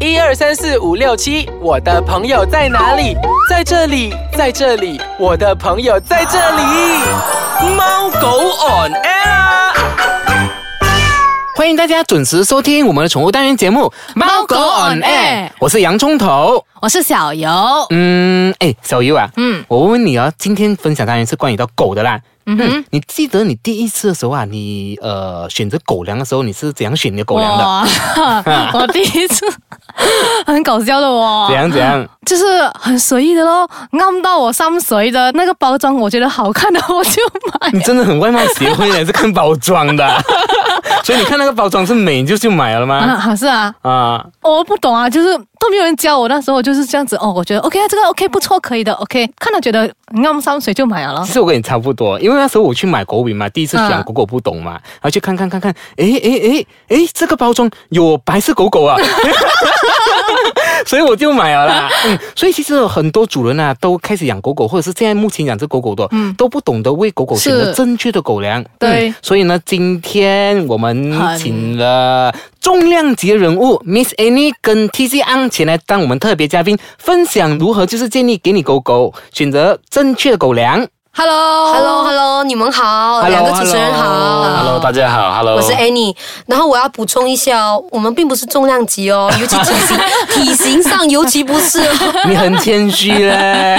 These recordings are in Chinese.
一二三四五六七，我的朋友在哪里？在这里，在这里，我的朋友在这里。猫狗 on air 啊。欢迎大家准时收听我们的宠物单元节目《猫狗 on air 我是洋葱头。我是小游，嗯，哎，小优啊，嗯我问问你啊，今天分享单元是关于到狗的啦。嗯哼，你记得你第一次的时候啊，你呃选择狗粮的时候，你是怎样选你的狗粮的？哇我第一次很搞笑的哦怎，样怎样？就是很随意的咯，按到我上水的那个包装，我觉得好看的我就买。你真的很外貌协会的，是看包装 的。所以你看那个包装是美，你就去买了啊，吗？好是啊，啊，我不懂啊，就是都没有人教我，那时候我就是这样子哦，我觉得 OK，啊这个 OK 不错，可以的，OK，看到觉得按上水就买了咯其。实我跟你差不多，因为那时候我去买狗饼嘛，第一次选嗯狗狗不懂嘛，然后去看看看看，诶诶诶诶，这个包装有白色狗狗啊， 所以我就买了啦。嗯，所以其实有很多主人啊都开始养狗狗，或者是现在目前养只狗狗的，嗯都不懂得为狗狗选择是正确的狗粮。嗯对所以呢，今天我们很请了重量级的人物 Miss Annie 跟 T C Ang 前来当我们特别嘉宾，分享如何就是建议给你狗狗选择正确的狗粮。 Hello，Hello， Hello，Hello，你们好 Hello，两个主持人好 Hello， Hello，大家好，Hello，我是 Annie。然后我要补充一下哦，我们并不是重量级哦，尤其体型体型上尤其不是哦。你很谦虚嘞。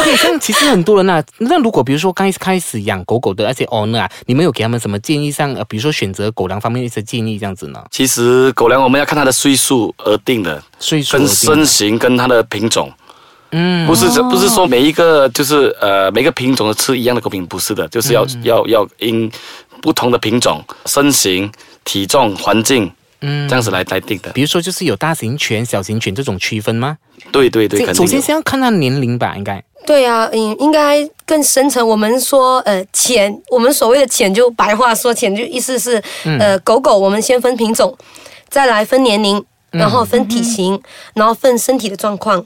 OK，像其实很多人啊，那如果比如说刚开始养狗狗的那些 owner 啊，你们有给他们什么建议上？呃，比如说选择狗粮方面的一些建议这样子呢？其实狗粮我们要看它的岁数而定的，岁数跟而定身形跟它的品种，嗯不是这不是说每一个就是呃每个品种的吃一样的狗品，不是的，就是要、嗯要要因不同的品种、身形、体重、环境嗯这样子来来定的。比如说就是有大型犬、小型犬这种区分吗？对对对，这肯首定先有是要看它年龄吧，应该。对啊，嗯，应该更深层。我们说呃浅，我们所谓的浅就白话说浅就意思是、呃狗狗，我们先分品种，再来分年龄，然后分体型，然后分身体的状况。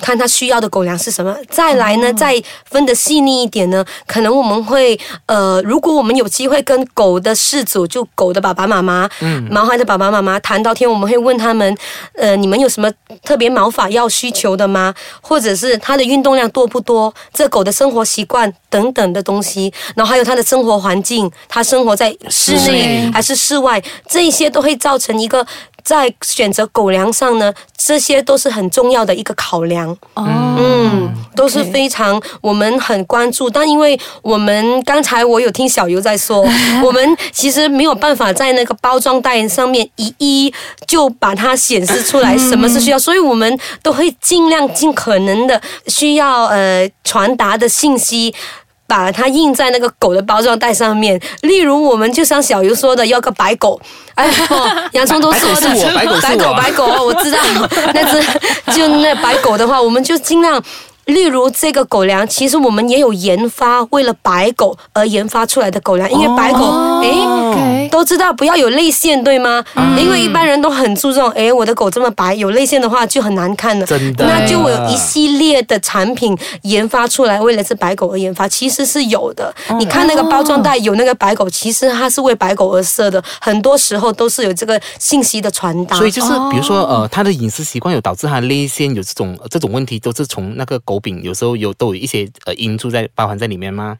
看它需要的狗粮是什么，再来呢，再分的细腻一点呢，可能我们会，呃，如果我们有机会跟狗的饲主，就狗的爸爸妈妈，嗯，毛孩的爸爸妈妈谈到天，我们会问他们，呃，你们有什么特别毛发要需求的吗？或者是它的运动量多不多？这狗的生活习惯等等的东西，然后还有它的生活环境，它生活在室室内内还是室外，这一些都会造成一个在选择狗粮上呢，这些都是很重要的一个考量。哦，嗯，都是非常我们很关注，但因为我们刚才我有听小游在说，我们其实没有办法在那个包装袋上面一一就把它显示出来什么是需要，所以我们都会尽量尽可能的需要呃传达的信息。把它印在那个狗的包装袋上面，例如我们就像小游说的，要个白狗，哎，哦、洋葱都说的，白狗是我白白狗是我狗，白狗，啊我知 道，那只就那白狗的话，我们就尽量。例如这个狗粮，其实我们也有研发，为了白狗而研发出来的哦狗粮，因为白狗，诶。哦 OK，都知道不要有泪腺，对吗？嗯因为一般人都很注重，诶，我的狗这么白，有泪腺的话就很难看了。真的那就会有一系列的产品研发出来，为了这白狗而研发，其实是有的。嗯你看那个包装袋有那个白狗，其实它是为白狗而设的，很多时候都是有这个信息的传达。所以就是比如说呃，它的饮食习惯有导致它泪腺有这种呃这种问题，都是从那个狗饼有时候有都有一些呃因素在包含在里面吗？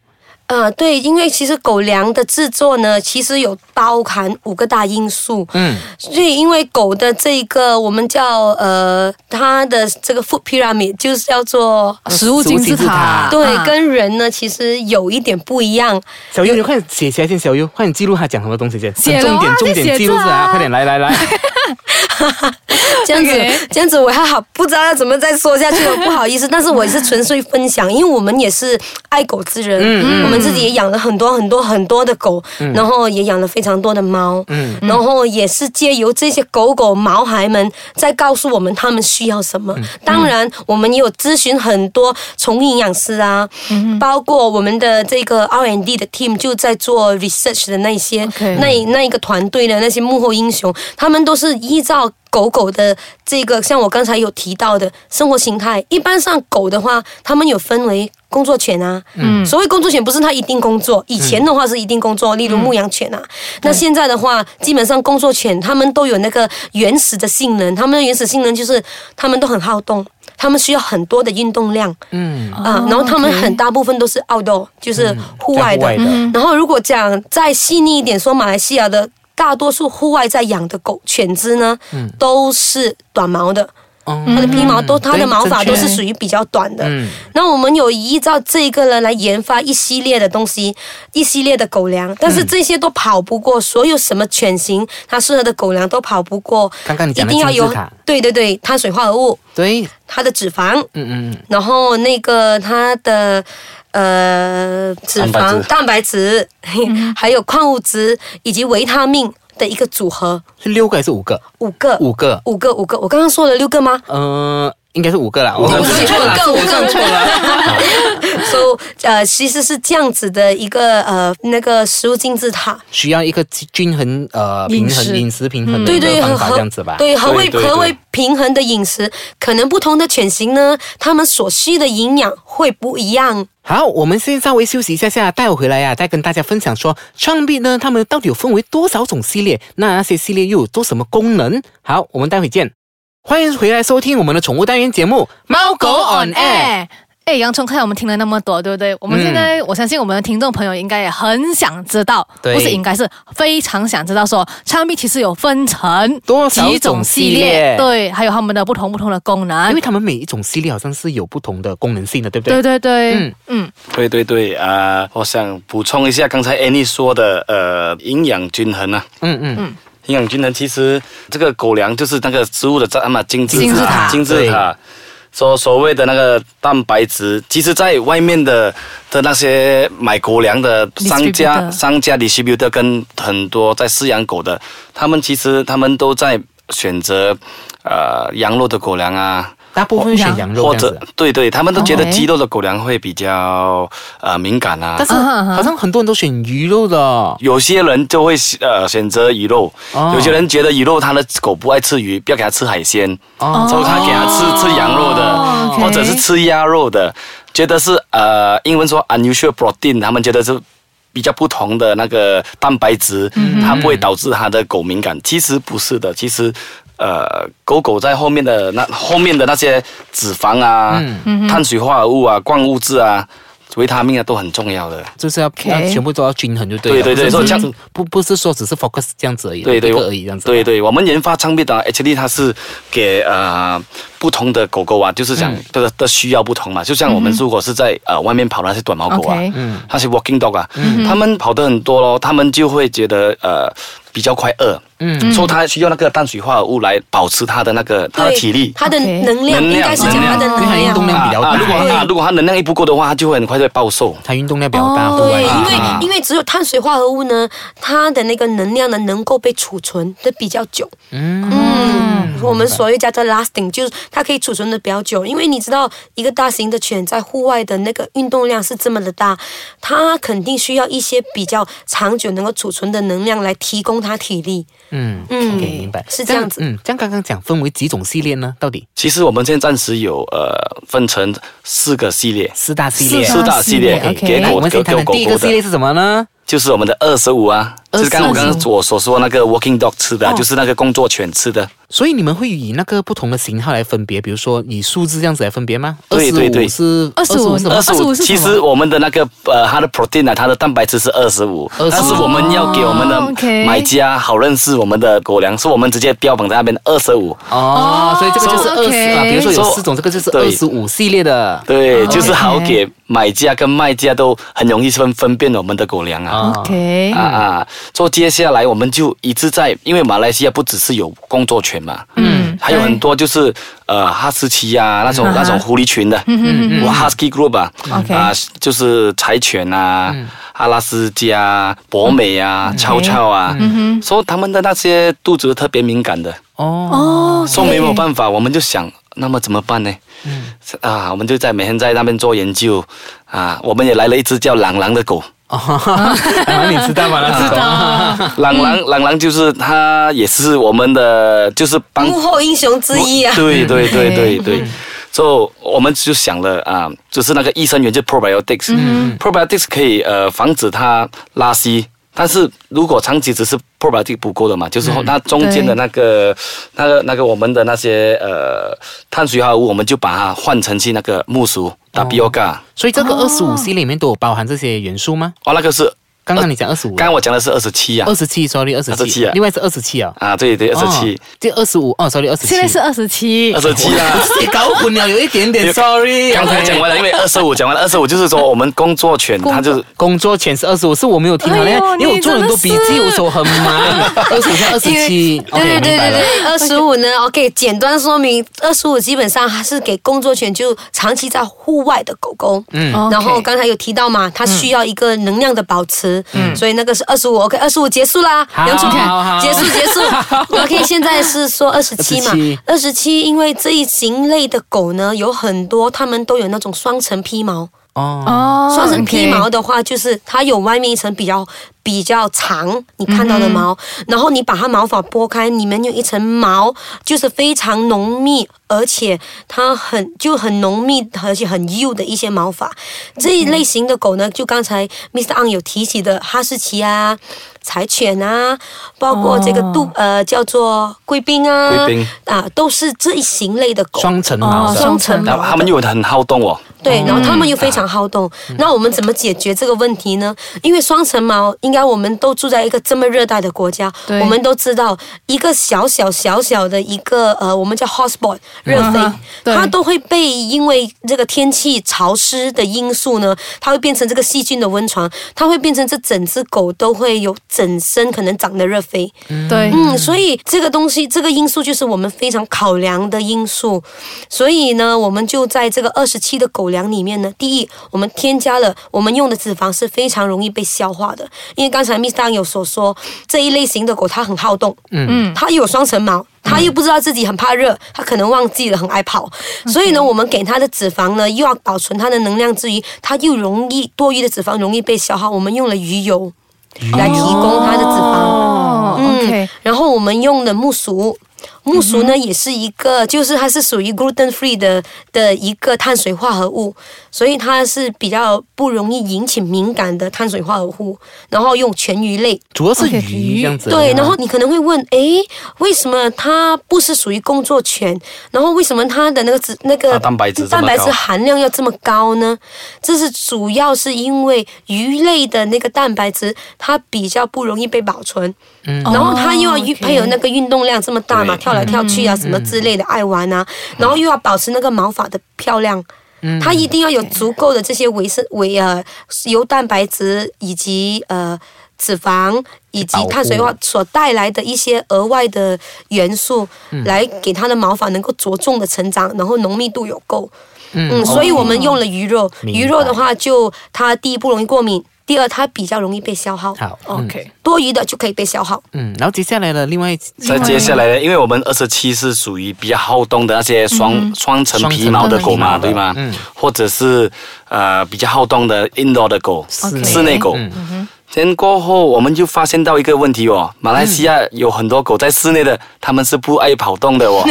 呃，对，因为其实狗粮的制作呢，其实有包含五个大因素。嗯，所以因为狗的这个我们叫呃，它的这个 food pyramid 就是叫做。食物金字塔，对，啊跟人呢其实有一点不一样。小优，你快点写起来先，小优，快点记录他讲什么东西先。写了重点啊重就点写记录出来啊，着啊快点来来 来， 这样子 OK 这样子我还好，不知道要怎么再说下去了，不好意思。但是我也是纯粹分享，因为我们也是爱狗之人，我们自己也养了很多很多很多的狗，然后也养了非常多的猫，嗯然后也是借由这些狗狗毛孩们在告诉我们他们需要什么。当然，我们也有咨询很多宠物营养师啊，包括我们的这个 R&D 的 team 就在做 research 的那些 OK 那那一个团队的那些幕后英雄，他们都是依照狗狗的这个，像我刚才有提到的生活形态。一般上狗的话，他们有分为工作犬啊。嗯所谓工作犬不是它一定工作，以前的话是一定工作，例如牧羊犬啊。那现在的话，基本上工作犬它们都有那个原始的性能，它们的原始性能就是它们都很好动，它们需要很多的运动量嗯，啊、然后它们很大部分都是 outdoor，就是户外的。在户外的嗯然后如果讲再细腻一点说，马来西亚的大多数户外在养的狗犬只呢，都是短毛的，哦它的皮毛都嗯它的毛发对都正确是属于比较短的。嗯那我们有依照这个呢来研发一系列的东西，一系列的狗粮，但嗯是这些都跑不过所有什么犬型，它适合的狗粮都跑不过。刚刚你一讲的定要金有字塔，对对对，碳水化合物，对，它的脂肪，嗯嗯然后那个它的呃脂蛋白肪质、蛋白质，嘿 还有矿物质以及维他命的一个组合，是六个还是五个？五个，五个，五个，五个，我刚刚说了六个吗？呃，应该是五个啦，我个我算五个是我五个算错了。 so 呃，其实是这样子的一个呃那个食物金字塔。需要一个均均衡呃饮平衡食嗯饮食平衡的对一嗯对，个和方法这和样子吧。对何对谓对对何谓平衡的饮食？可能不同的犬型呢，它们所需的营养会不一样。好，我们先稍微休息一下下，待会回来呀、再跟大家分享说创币呢，他们到底有分为多少种系列，那那些系列又有做什么功能？好，我们待会见。欢迎回来收听我们的宠物单元节目《猫狗 on air》。。哎，洋葱，看我们听了那么多，对不对？我们现在，我相信我们的听众朋友应该也很想知道，嗯对不是应该是非常想知道说，唱币其实有分成多少种系列对，还有他们的不同不同的功因能为。他们每一种系列好像是有不同的功能性的，对不对？对对对，嗯嗯对对对啊、呃我想补充一下刚才 Annie 说的，呃，营养均衡啊。嗯嗯营养均衡其实这个狗粮就是那个植物的蛋嘛，金字塔，金字塔金字塔所所谓的那个蛋白质，其实在外面的的那些买狗粮的商家、 Distributor 商家 distributor 跟很多在饲养狗的，他们其实他们都在选择呃羊肉的狗粮啊，大部分嗯选羊肉或这样者子。啊对对，他们都觉得哦 OK 鸡肉的狗粮会比较呃敏感啊。但是啊哈啊哈好像很多人都选鱼肉的，有些人就会呃选择鱼肉，哦有些人觉得鱼肉他的狗不爱吃鱼，不要给它吃海鲜，哦所以他给它吃吃羊肉的， OK 或者是吃鸭肉的，觉得是呃英文说 unusual protein，他们觉得是。比较不同的那个蛋白质，嗯它不会导致它的狗敏感。其实不是的，其实，呃，狗狗在后面的那后面的那些脂肪啊、嗯碳水化合物啊、矿物质啊、维他命啊都很重要的。就是要要全部都要均衡就对了。对对对不是这样只不不是说只是 focus 这样子而已，对对，一我个而已这样子。啊对对，我们研发唱片的 HD 它是给呃不同的狗狗啊，就是讲嗯的的需要不同嘛。就像我们如果是在呃外面跑的那些短毛狗啊 OK，那些 walking dog 啊，嗯他们跑得很多咯，他们就会觉得呃比较快饿，嗯，所以它需要那个碳水化合物来保持它的那个它的对体力。它的 OK 能量能量应该是讲它的因为它能运动量。量比较大，啊，如果啊如果它能量一不够的话，它就会很快就会暴瘦。它运动量比较大，哦户外对，运动因为啊因为只有碳水化合物呢，它的那个能量呢能够被储存的比较久。嗯，我们所谓叫做 lasting，就是它可以储存的比较久。因为你知道，一个大型的犬在户外的那个运动量是这么的大，它肯定需要一些比较长久能够储存的能量来提供它体力。嗯嗯，OK，明白，是这样子嗯，这样刚刚讲分为几种系列呢？到底其实我们现在暂时有呃分成四个系列，四大系列四四大系列四大系列给 OK 来，狗我们给先狗谈谈狗第一个狗系的列。是什么呢？就是我们的二十五啊，就是刚刚我刚刚我所说那个 working dog 吃的啊、哦就是那个工作犬吃的。所以你们会以那个不同的型号来分别，比如说以数字这样子来分别吗？对对对25是25什哦么？ 25是什么其实我们的那个呃，它的 protein 啊，它的蛋白质是二十五， 25但是我们要给我们哦的，OK 买家好认识我们的狗粮，是我们直接标榜在那边二十五。哦，所以这个就是哦二十啊， ，OK 比如说有 So- 四种，这个就是二对十五系列的。对，哦就是好 OK 给买家跟卖家都很容易分分辨我们的狗粮啊。啊 OK，啊啊！所以接下来我们就一直在，因为马来西亚不只是有工作犬嘛，嗯还有对很多就是呃哈士奇呀、那种、嗯那种狐狸群的，嗯嗯，Husky Group 啊， OK 啊就是柴犬啊、阿拉斯加、博美啊、超超啊，嗯哼，所以他们的那些肚子特别敏感的， 哦，哦，所以没有办法，我们就想，那么怎么办呢？嗯啊，我们就在每天在那边做研究啊，我们也来了一只叫朗朗的狗。然哎后你知道吗？那知道。朗朗，嗯朗朗就是他，也是我们的，就是帮幕后英雄之一啊！嗯对对对嗯对对。所以我们就想了啊、就是那个益生元就 probiotics，probiotics、probiotics 可以呃防止它拉稀。但是如果长期只是 probiotic 不够的嘛，就是说那中间的那个、那个、那个我们的那些呃碳水化合物，我们就把它换成去那个木薯 w o g a 所以这个二十五 C 里面都有包含这些元素吗？哦，那个是刚刚你讲二十五，刚刚我讲的是二十七啊二，十七，sorry，二十七27啊，另外是二十七啊，啊对对二十七哦，，这二十五，哦，sorry，二十七，现在是二十七二，十七啊。自己搞混了，有一点点 sorry。 刚才讲完了，因为二十五讲完了，二十五就是说我们工作犬，它就是工作前是二十五，是我没有听好嘞哎呦，因为我做了很多你笔真的是记，我手很忙。二十五是二十七，对对对对对，二十五呢？OK，简单说明，二十五基本上它是给工作犬，就长期在户外的狗狗。嗯，哦 OK 然后刚才有提到嘛，它需要一个能量的保持，嗯，所以那个是二十五。OK，二十五结束啦，好梁总好好，结束结 束。OK，现在是说二十七嘛，二十七，因为这一型类的狗呢，有很多它们都有那种双层披毛。哦，哦双层披毛 OK 的话，就是它有外面一层比较比较长，你看到的毛，嗯然后你把它毛发拨开，里面有一层毛，就是非常浓密，而且它很就很浓密，而且很幼的一些毛发。这一类型的狗呢，就刚才 Mr. Ang 有提起的哈士奇啊。柴犬啊，包括这个杜、哦呃叫做贵宾啊，贵宾啊都是这一型类的狗，双层毛哦的，双层毛那的。他们又很好动哦，对，然后他们又非常好动。那我们怎么解决这个问题呢？因为双层毛，应该我们都住在一个这么热带的国家，对我们都知道一个小小小小的一个呃，我们叫 hotspot 热嗯飞哼，对它都会被因为这个天气潮湿的因素呢，它会变成这个细菌的温床，它会变成这整只狗都会有整身可能长的热飞。对，嗯，所以这个东西，这个因素就是我们非常考量的因素。所以呢，我们就在这个二十七的狗粮里面呢，第一，我们添加了我们用的脂肪是非常容易被消化的，因为刚才 Miss 当有所说，这一类型的狗它很好动，嗯它又有双层毛。它又不知道自己很怕热，它可能忘记了很爱跑，所以呢，我们给它的脂肪呢，又要保存它的能量之余，它又容易多余的脂肪容易被消耗。我们用了鱼油来提供它的脂肪。哦，OK，嗯嗯嗯然后我们用的木薯，木薯呢、也是一个，就是它是属于 gluten free 的的一个碳水化合物，所以它是比较不容易引起敏感的碳水化合物。然后用全鱼类，主要是 OK，鱼这样啊子。啊对，然后你可能会问，诶，为什么它不是属于工作犬？然后为什么它的那个脂那它个蛋白质这么蛋白高质含量要这么高呢？这是主要是因为鱼类的那个蛋白质它比较不容易被保存，然后它又要运配有那个运动量这么大嘛，嗯对嗯跳来跳去啊什么之类的，爱玩啊，然后又要保持那个毛发的漂亮。嗯它一定要有足够的这些维生维呃由蛋白质以及呃脂肪以及碳水化所带来的一些额外的元素，嗯来给它的毛发能够着重的成长，然后浓密度有够。嗯，所以我们用了鱼肉，明白鱼肉的话就它第一不容易过敏，第二它比较容易被消耗，好嗯，OK，多余的就可以被消耗。嗯，然后接下来的另外再接下来呢，因为我们二十七是属于比较好动的那些双、双层皮毛的狗嗯嘛，双层皮毛的对吗？嗯或者是呃比较好动的 indoor 的狗，室内室内狗。嗯先过后，我们就发现到一个问题哦，马来西亚有很多狗在室内的，它们是不爱跑动的哦。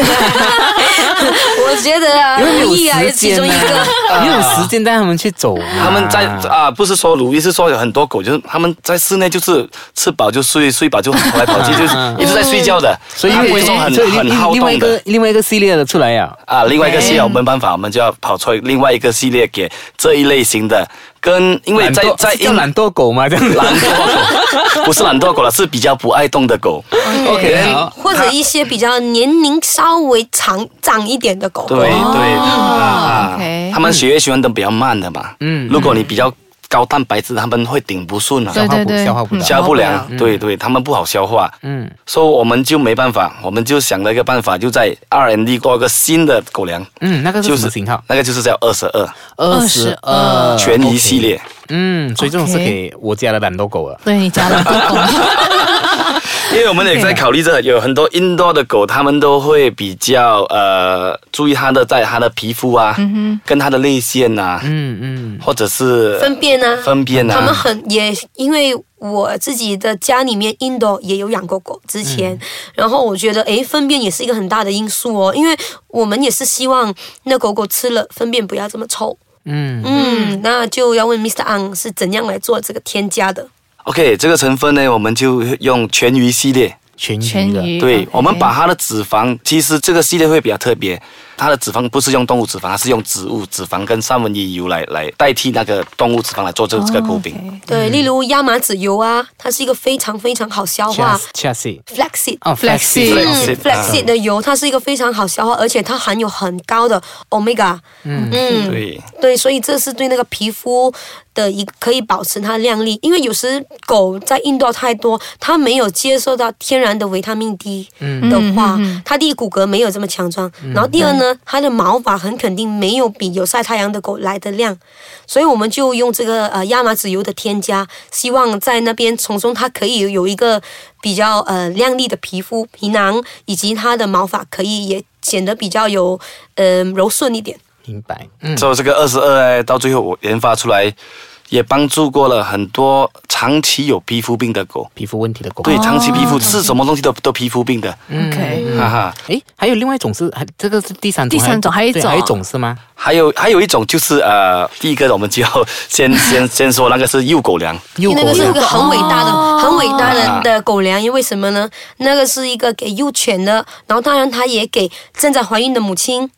我觉得 啊，因为没如有意啊，时也是其间中一个啊。， 没有时间带他们去走嘛，他们在啊，不是说鲁豫，是说有很多狗，就是他们在室内就是吃饱就睡，睡饱就 跑来跑去，就是一直在睡觉的。啊所以它不会说很所以很另好另外一动的个。哎另外一个系列的出来呀。啊，另外一个系列我们办法，我们就要跑出另外一个系列给这一类型的，跟因为在懒惰在是叫英懒惰狗嘛，这 样子。懒惰狗，不是懒惰狗了，是比较不爱动的狗。 OK，好，嗯或者一些比较年龄稍微长长一点的狗狗对，哦对啊 OK 他们血液循环都比较慢的嘛。嗯，如果你比较高蛋白质，他们会顶不顺啊。对对对，消化不了嗯消不哦良，对对，他们不好消化，嗯，所以我们就没办法，我们就想了一个办法，就在 R&D 做一个新的狗粮，嗯，那个是就什是么型号？那个就是叫二十二二十二全鱼系。列，嗯，所以这种是 OK 啊 给我家的懒惰狗了。对你家的狗狗，因为我们也在考虑这，有很多 indoor 的狗，它们都会比较呃注意它的在它的皮肤啊，跟它的泪腺呐、嗯嗯，或者是 分辨啊，分辨啊他们很也因为我自己的家里面 indoor 也有养过狗，之嗯前，然后我觉得诶，粪便也是一个很大的因素哦，因为我们也是希望那狗狗吃了粪便不要这么臭。嗯嗯，那就要问 Mr. Ang 是怎样来做这个添加的。 OK，这个成分呢，我们就用全鱼系列。全全鱼的，鱼对 OK 我们把它的脂肪，其实这个系列会比较特别，它的脂肪不是用动物脂肪，它是用植物脂肪跟三文鱼油来来代替那个动物脂肪来做这个这个口饼。哦对，例如亚麻籽油啊，它是一个非常非常好消化。 ，chassis， flaxseed 哦 Flaxseed 对嗯 Flaxseed ，flaxseed 的油它是一个非常好消化，而且它含有很高的 omega。嗯对，对，所以这是对那个皮肤的一可以保持它亮丽，因为有时狗在运动太多，它没有接受到天然的维他命 D 的话，它第一骨骼没有这么强壮，然后第二呢，它的毛发很肯定没有比有晒太阳的狗来的亮，所以我们就用这个呃亚麻籽油的添加，希望在那边从中它可以有一个比较呃亮丽的皮肤皮囊，以及它的毛发可以也显得比较有嗯、柔顺一点。明白，嗯，所以这个二十二呢，到最后我研发出来，也帮助过了很多长期有皮肤病的狗。皮肤问题的狗，对，长期皮肤是什么东西都都皮肤病的，嗯 OK，哈哈。诶，还有另外一种是，还这个是第三种，第三种还有一对种还有一种是吗？还有还有一种就是呃，第一个我们就要先先先说那个是幼狗粮，幼那个狗是一的个很伟大的、哦很伟大啊的的狗粮，因为什么呢？那个是一个给幼犬的，然后当然它也给正在怀孕的母亲、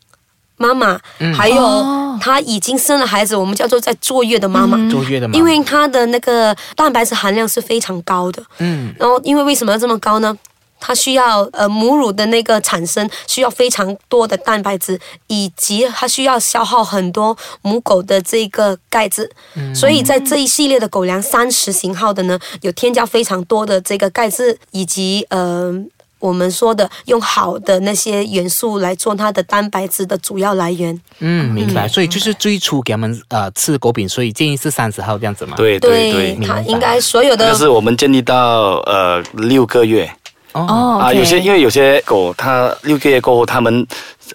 妈妈，嗯还有哦她已经生了孩子，我们叫做在坐月的妈妈。嗯坐月的嘛，因为它的那个蛋白质含量是非常高的，嗯然后因为为什么要这么高呢？它需要呃母乳的那个产生需要非常多的蛋白质，以及它需要消耗很多母狗的这个钙质，所以在这一系列的狗粮三十型号的呢，有添加非常多的这个钙质以及呃。我们说的用好的那些元素来做它的蛋白质的主要来源，嗯，明白。所以就是最初给他们呃吃狗饼，所以建议是三十号这样子嘛。，对对对，它明白应该所有的但是我们建立到呃六个月。哦，哦啊，有些因为为有些狗它六个月过后，它们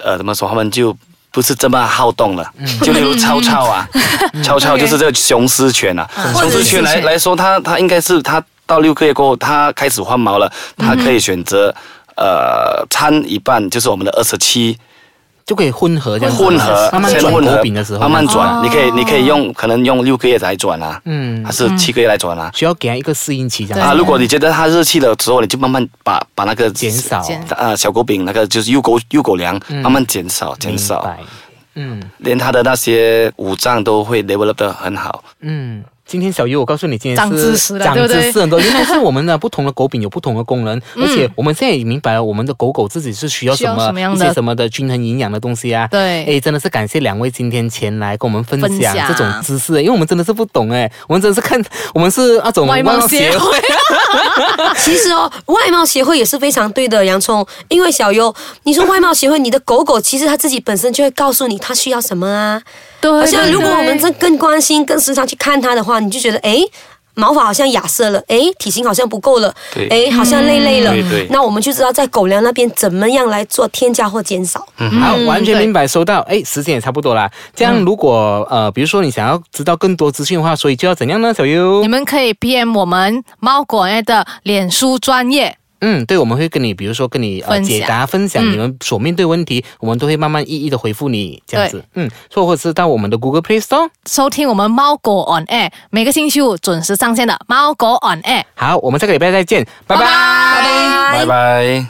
呃怎么说，它们就不是这么好动了，嗯就例如超 超啊，超超就是这个雄狮犬啊，雄狮犬来来说，它它应该是它到六个月过后，它开始换毛了，嗯它可以选择。呃，掺一半就是我们的二十七就可以混合这样子嘛混合，慢哦慢先转混合狗饼的时候，慢慢转，你可以你可以用可能用六个月来转啊，嗯还是七个月来转啊。需要给他一个适应期这样啊，子。如果你觉得它热气的时候，你就慢慢把把那个减少减啊，小狗饼那个就是幼狗幼狗粮，慢慢减少嗯减明少，白。嗯连它的那些五脏都会 develop 得很好。嗯。今天小鱼，我告诉你，今天长是知识了长对不对知识很多。原来是我们的不同的狗饼有不同的功能，嗯而且我们现在也明白了，我们的狗狗自己是需要需什要么什么样一的些什么的均衡营养的东西啊。对哎，真的是感谢两位今天前来跟我们分分享享这种知识，因为我们真的是不懂哎，我们真的是看我们是那种外貌协协会其实哦，外貌协会也是非常对的，洋葱。因为小优，你说外貌协会，你的狗狗其实它自己本身就会告诉你它需要什么啊。对，好像对如果我们对真更关心、更时常去看它的话，你就觉得诶，毛发好像亚色了，诶，体型好像不够了对，嗯诶，好像累累了对对，那我们就知道在狗粮那边怎么样来做添加或减少。嗯好，完全嗯对嗯明白，收到。哎，时间也差不多啦。这样，如果、呃，比如说你想要知道更多资讯的话，所以就要怎样呢？小优你，们可以 PM 我们猫果爱的脸书专业，嗯，对，我们会跟你，比如说跟你呃分享嗯解答分享你们所面对问题，我们都会慢慢一一的回复你，这样子。嗯，或或者是到我们的 Google Play Store。收听我们猫果 on air，每个星期五准时上线的猫果 on air。好，我们下个礼拜再见，拜拜拜拜。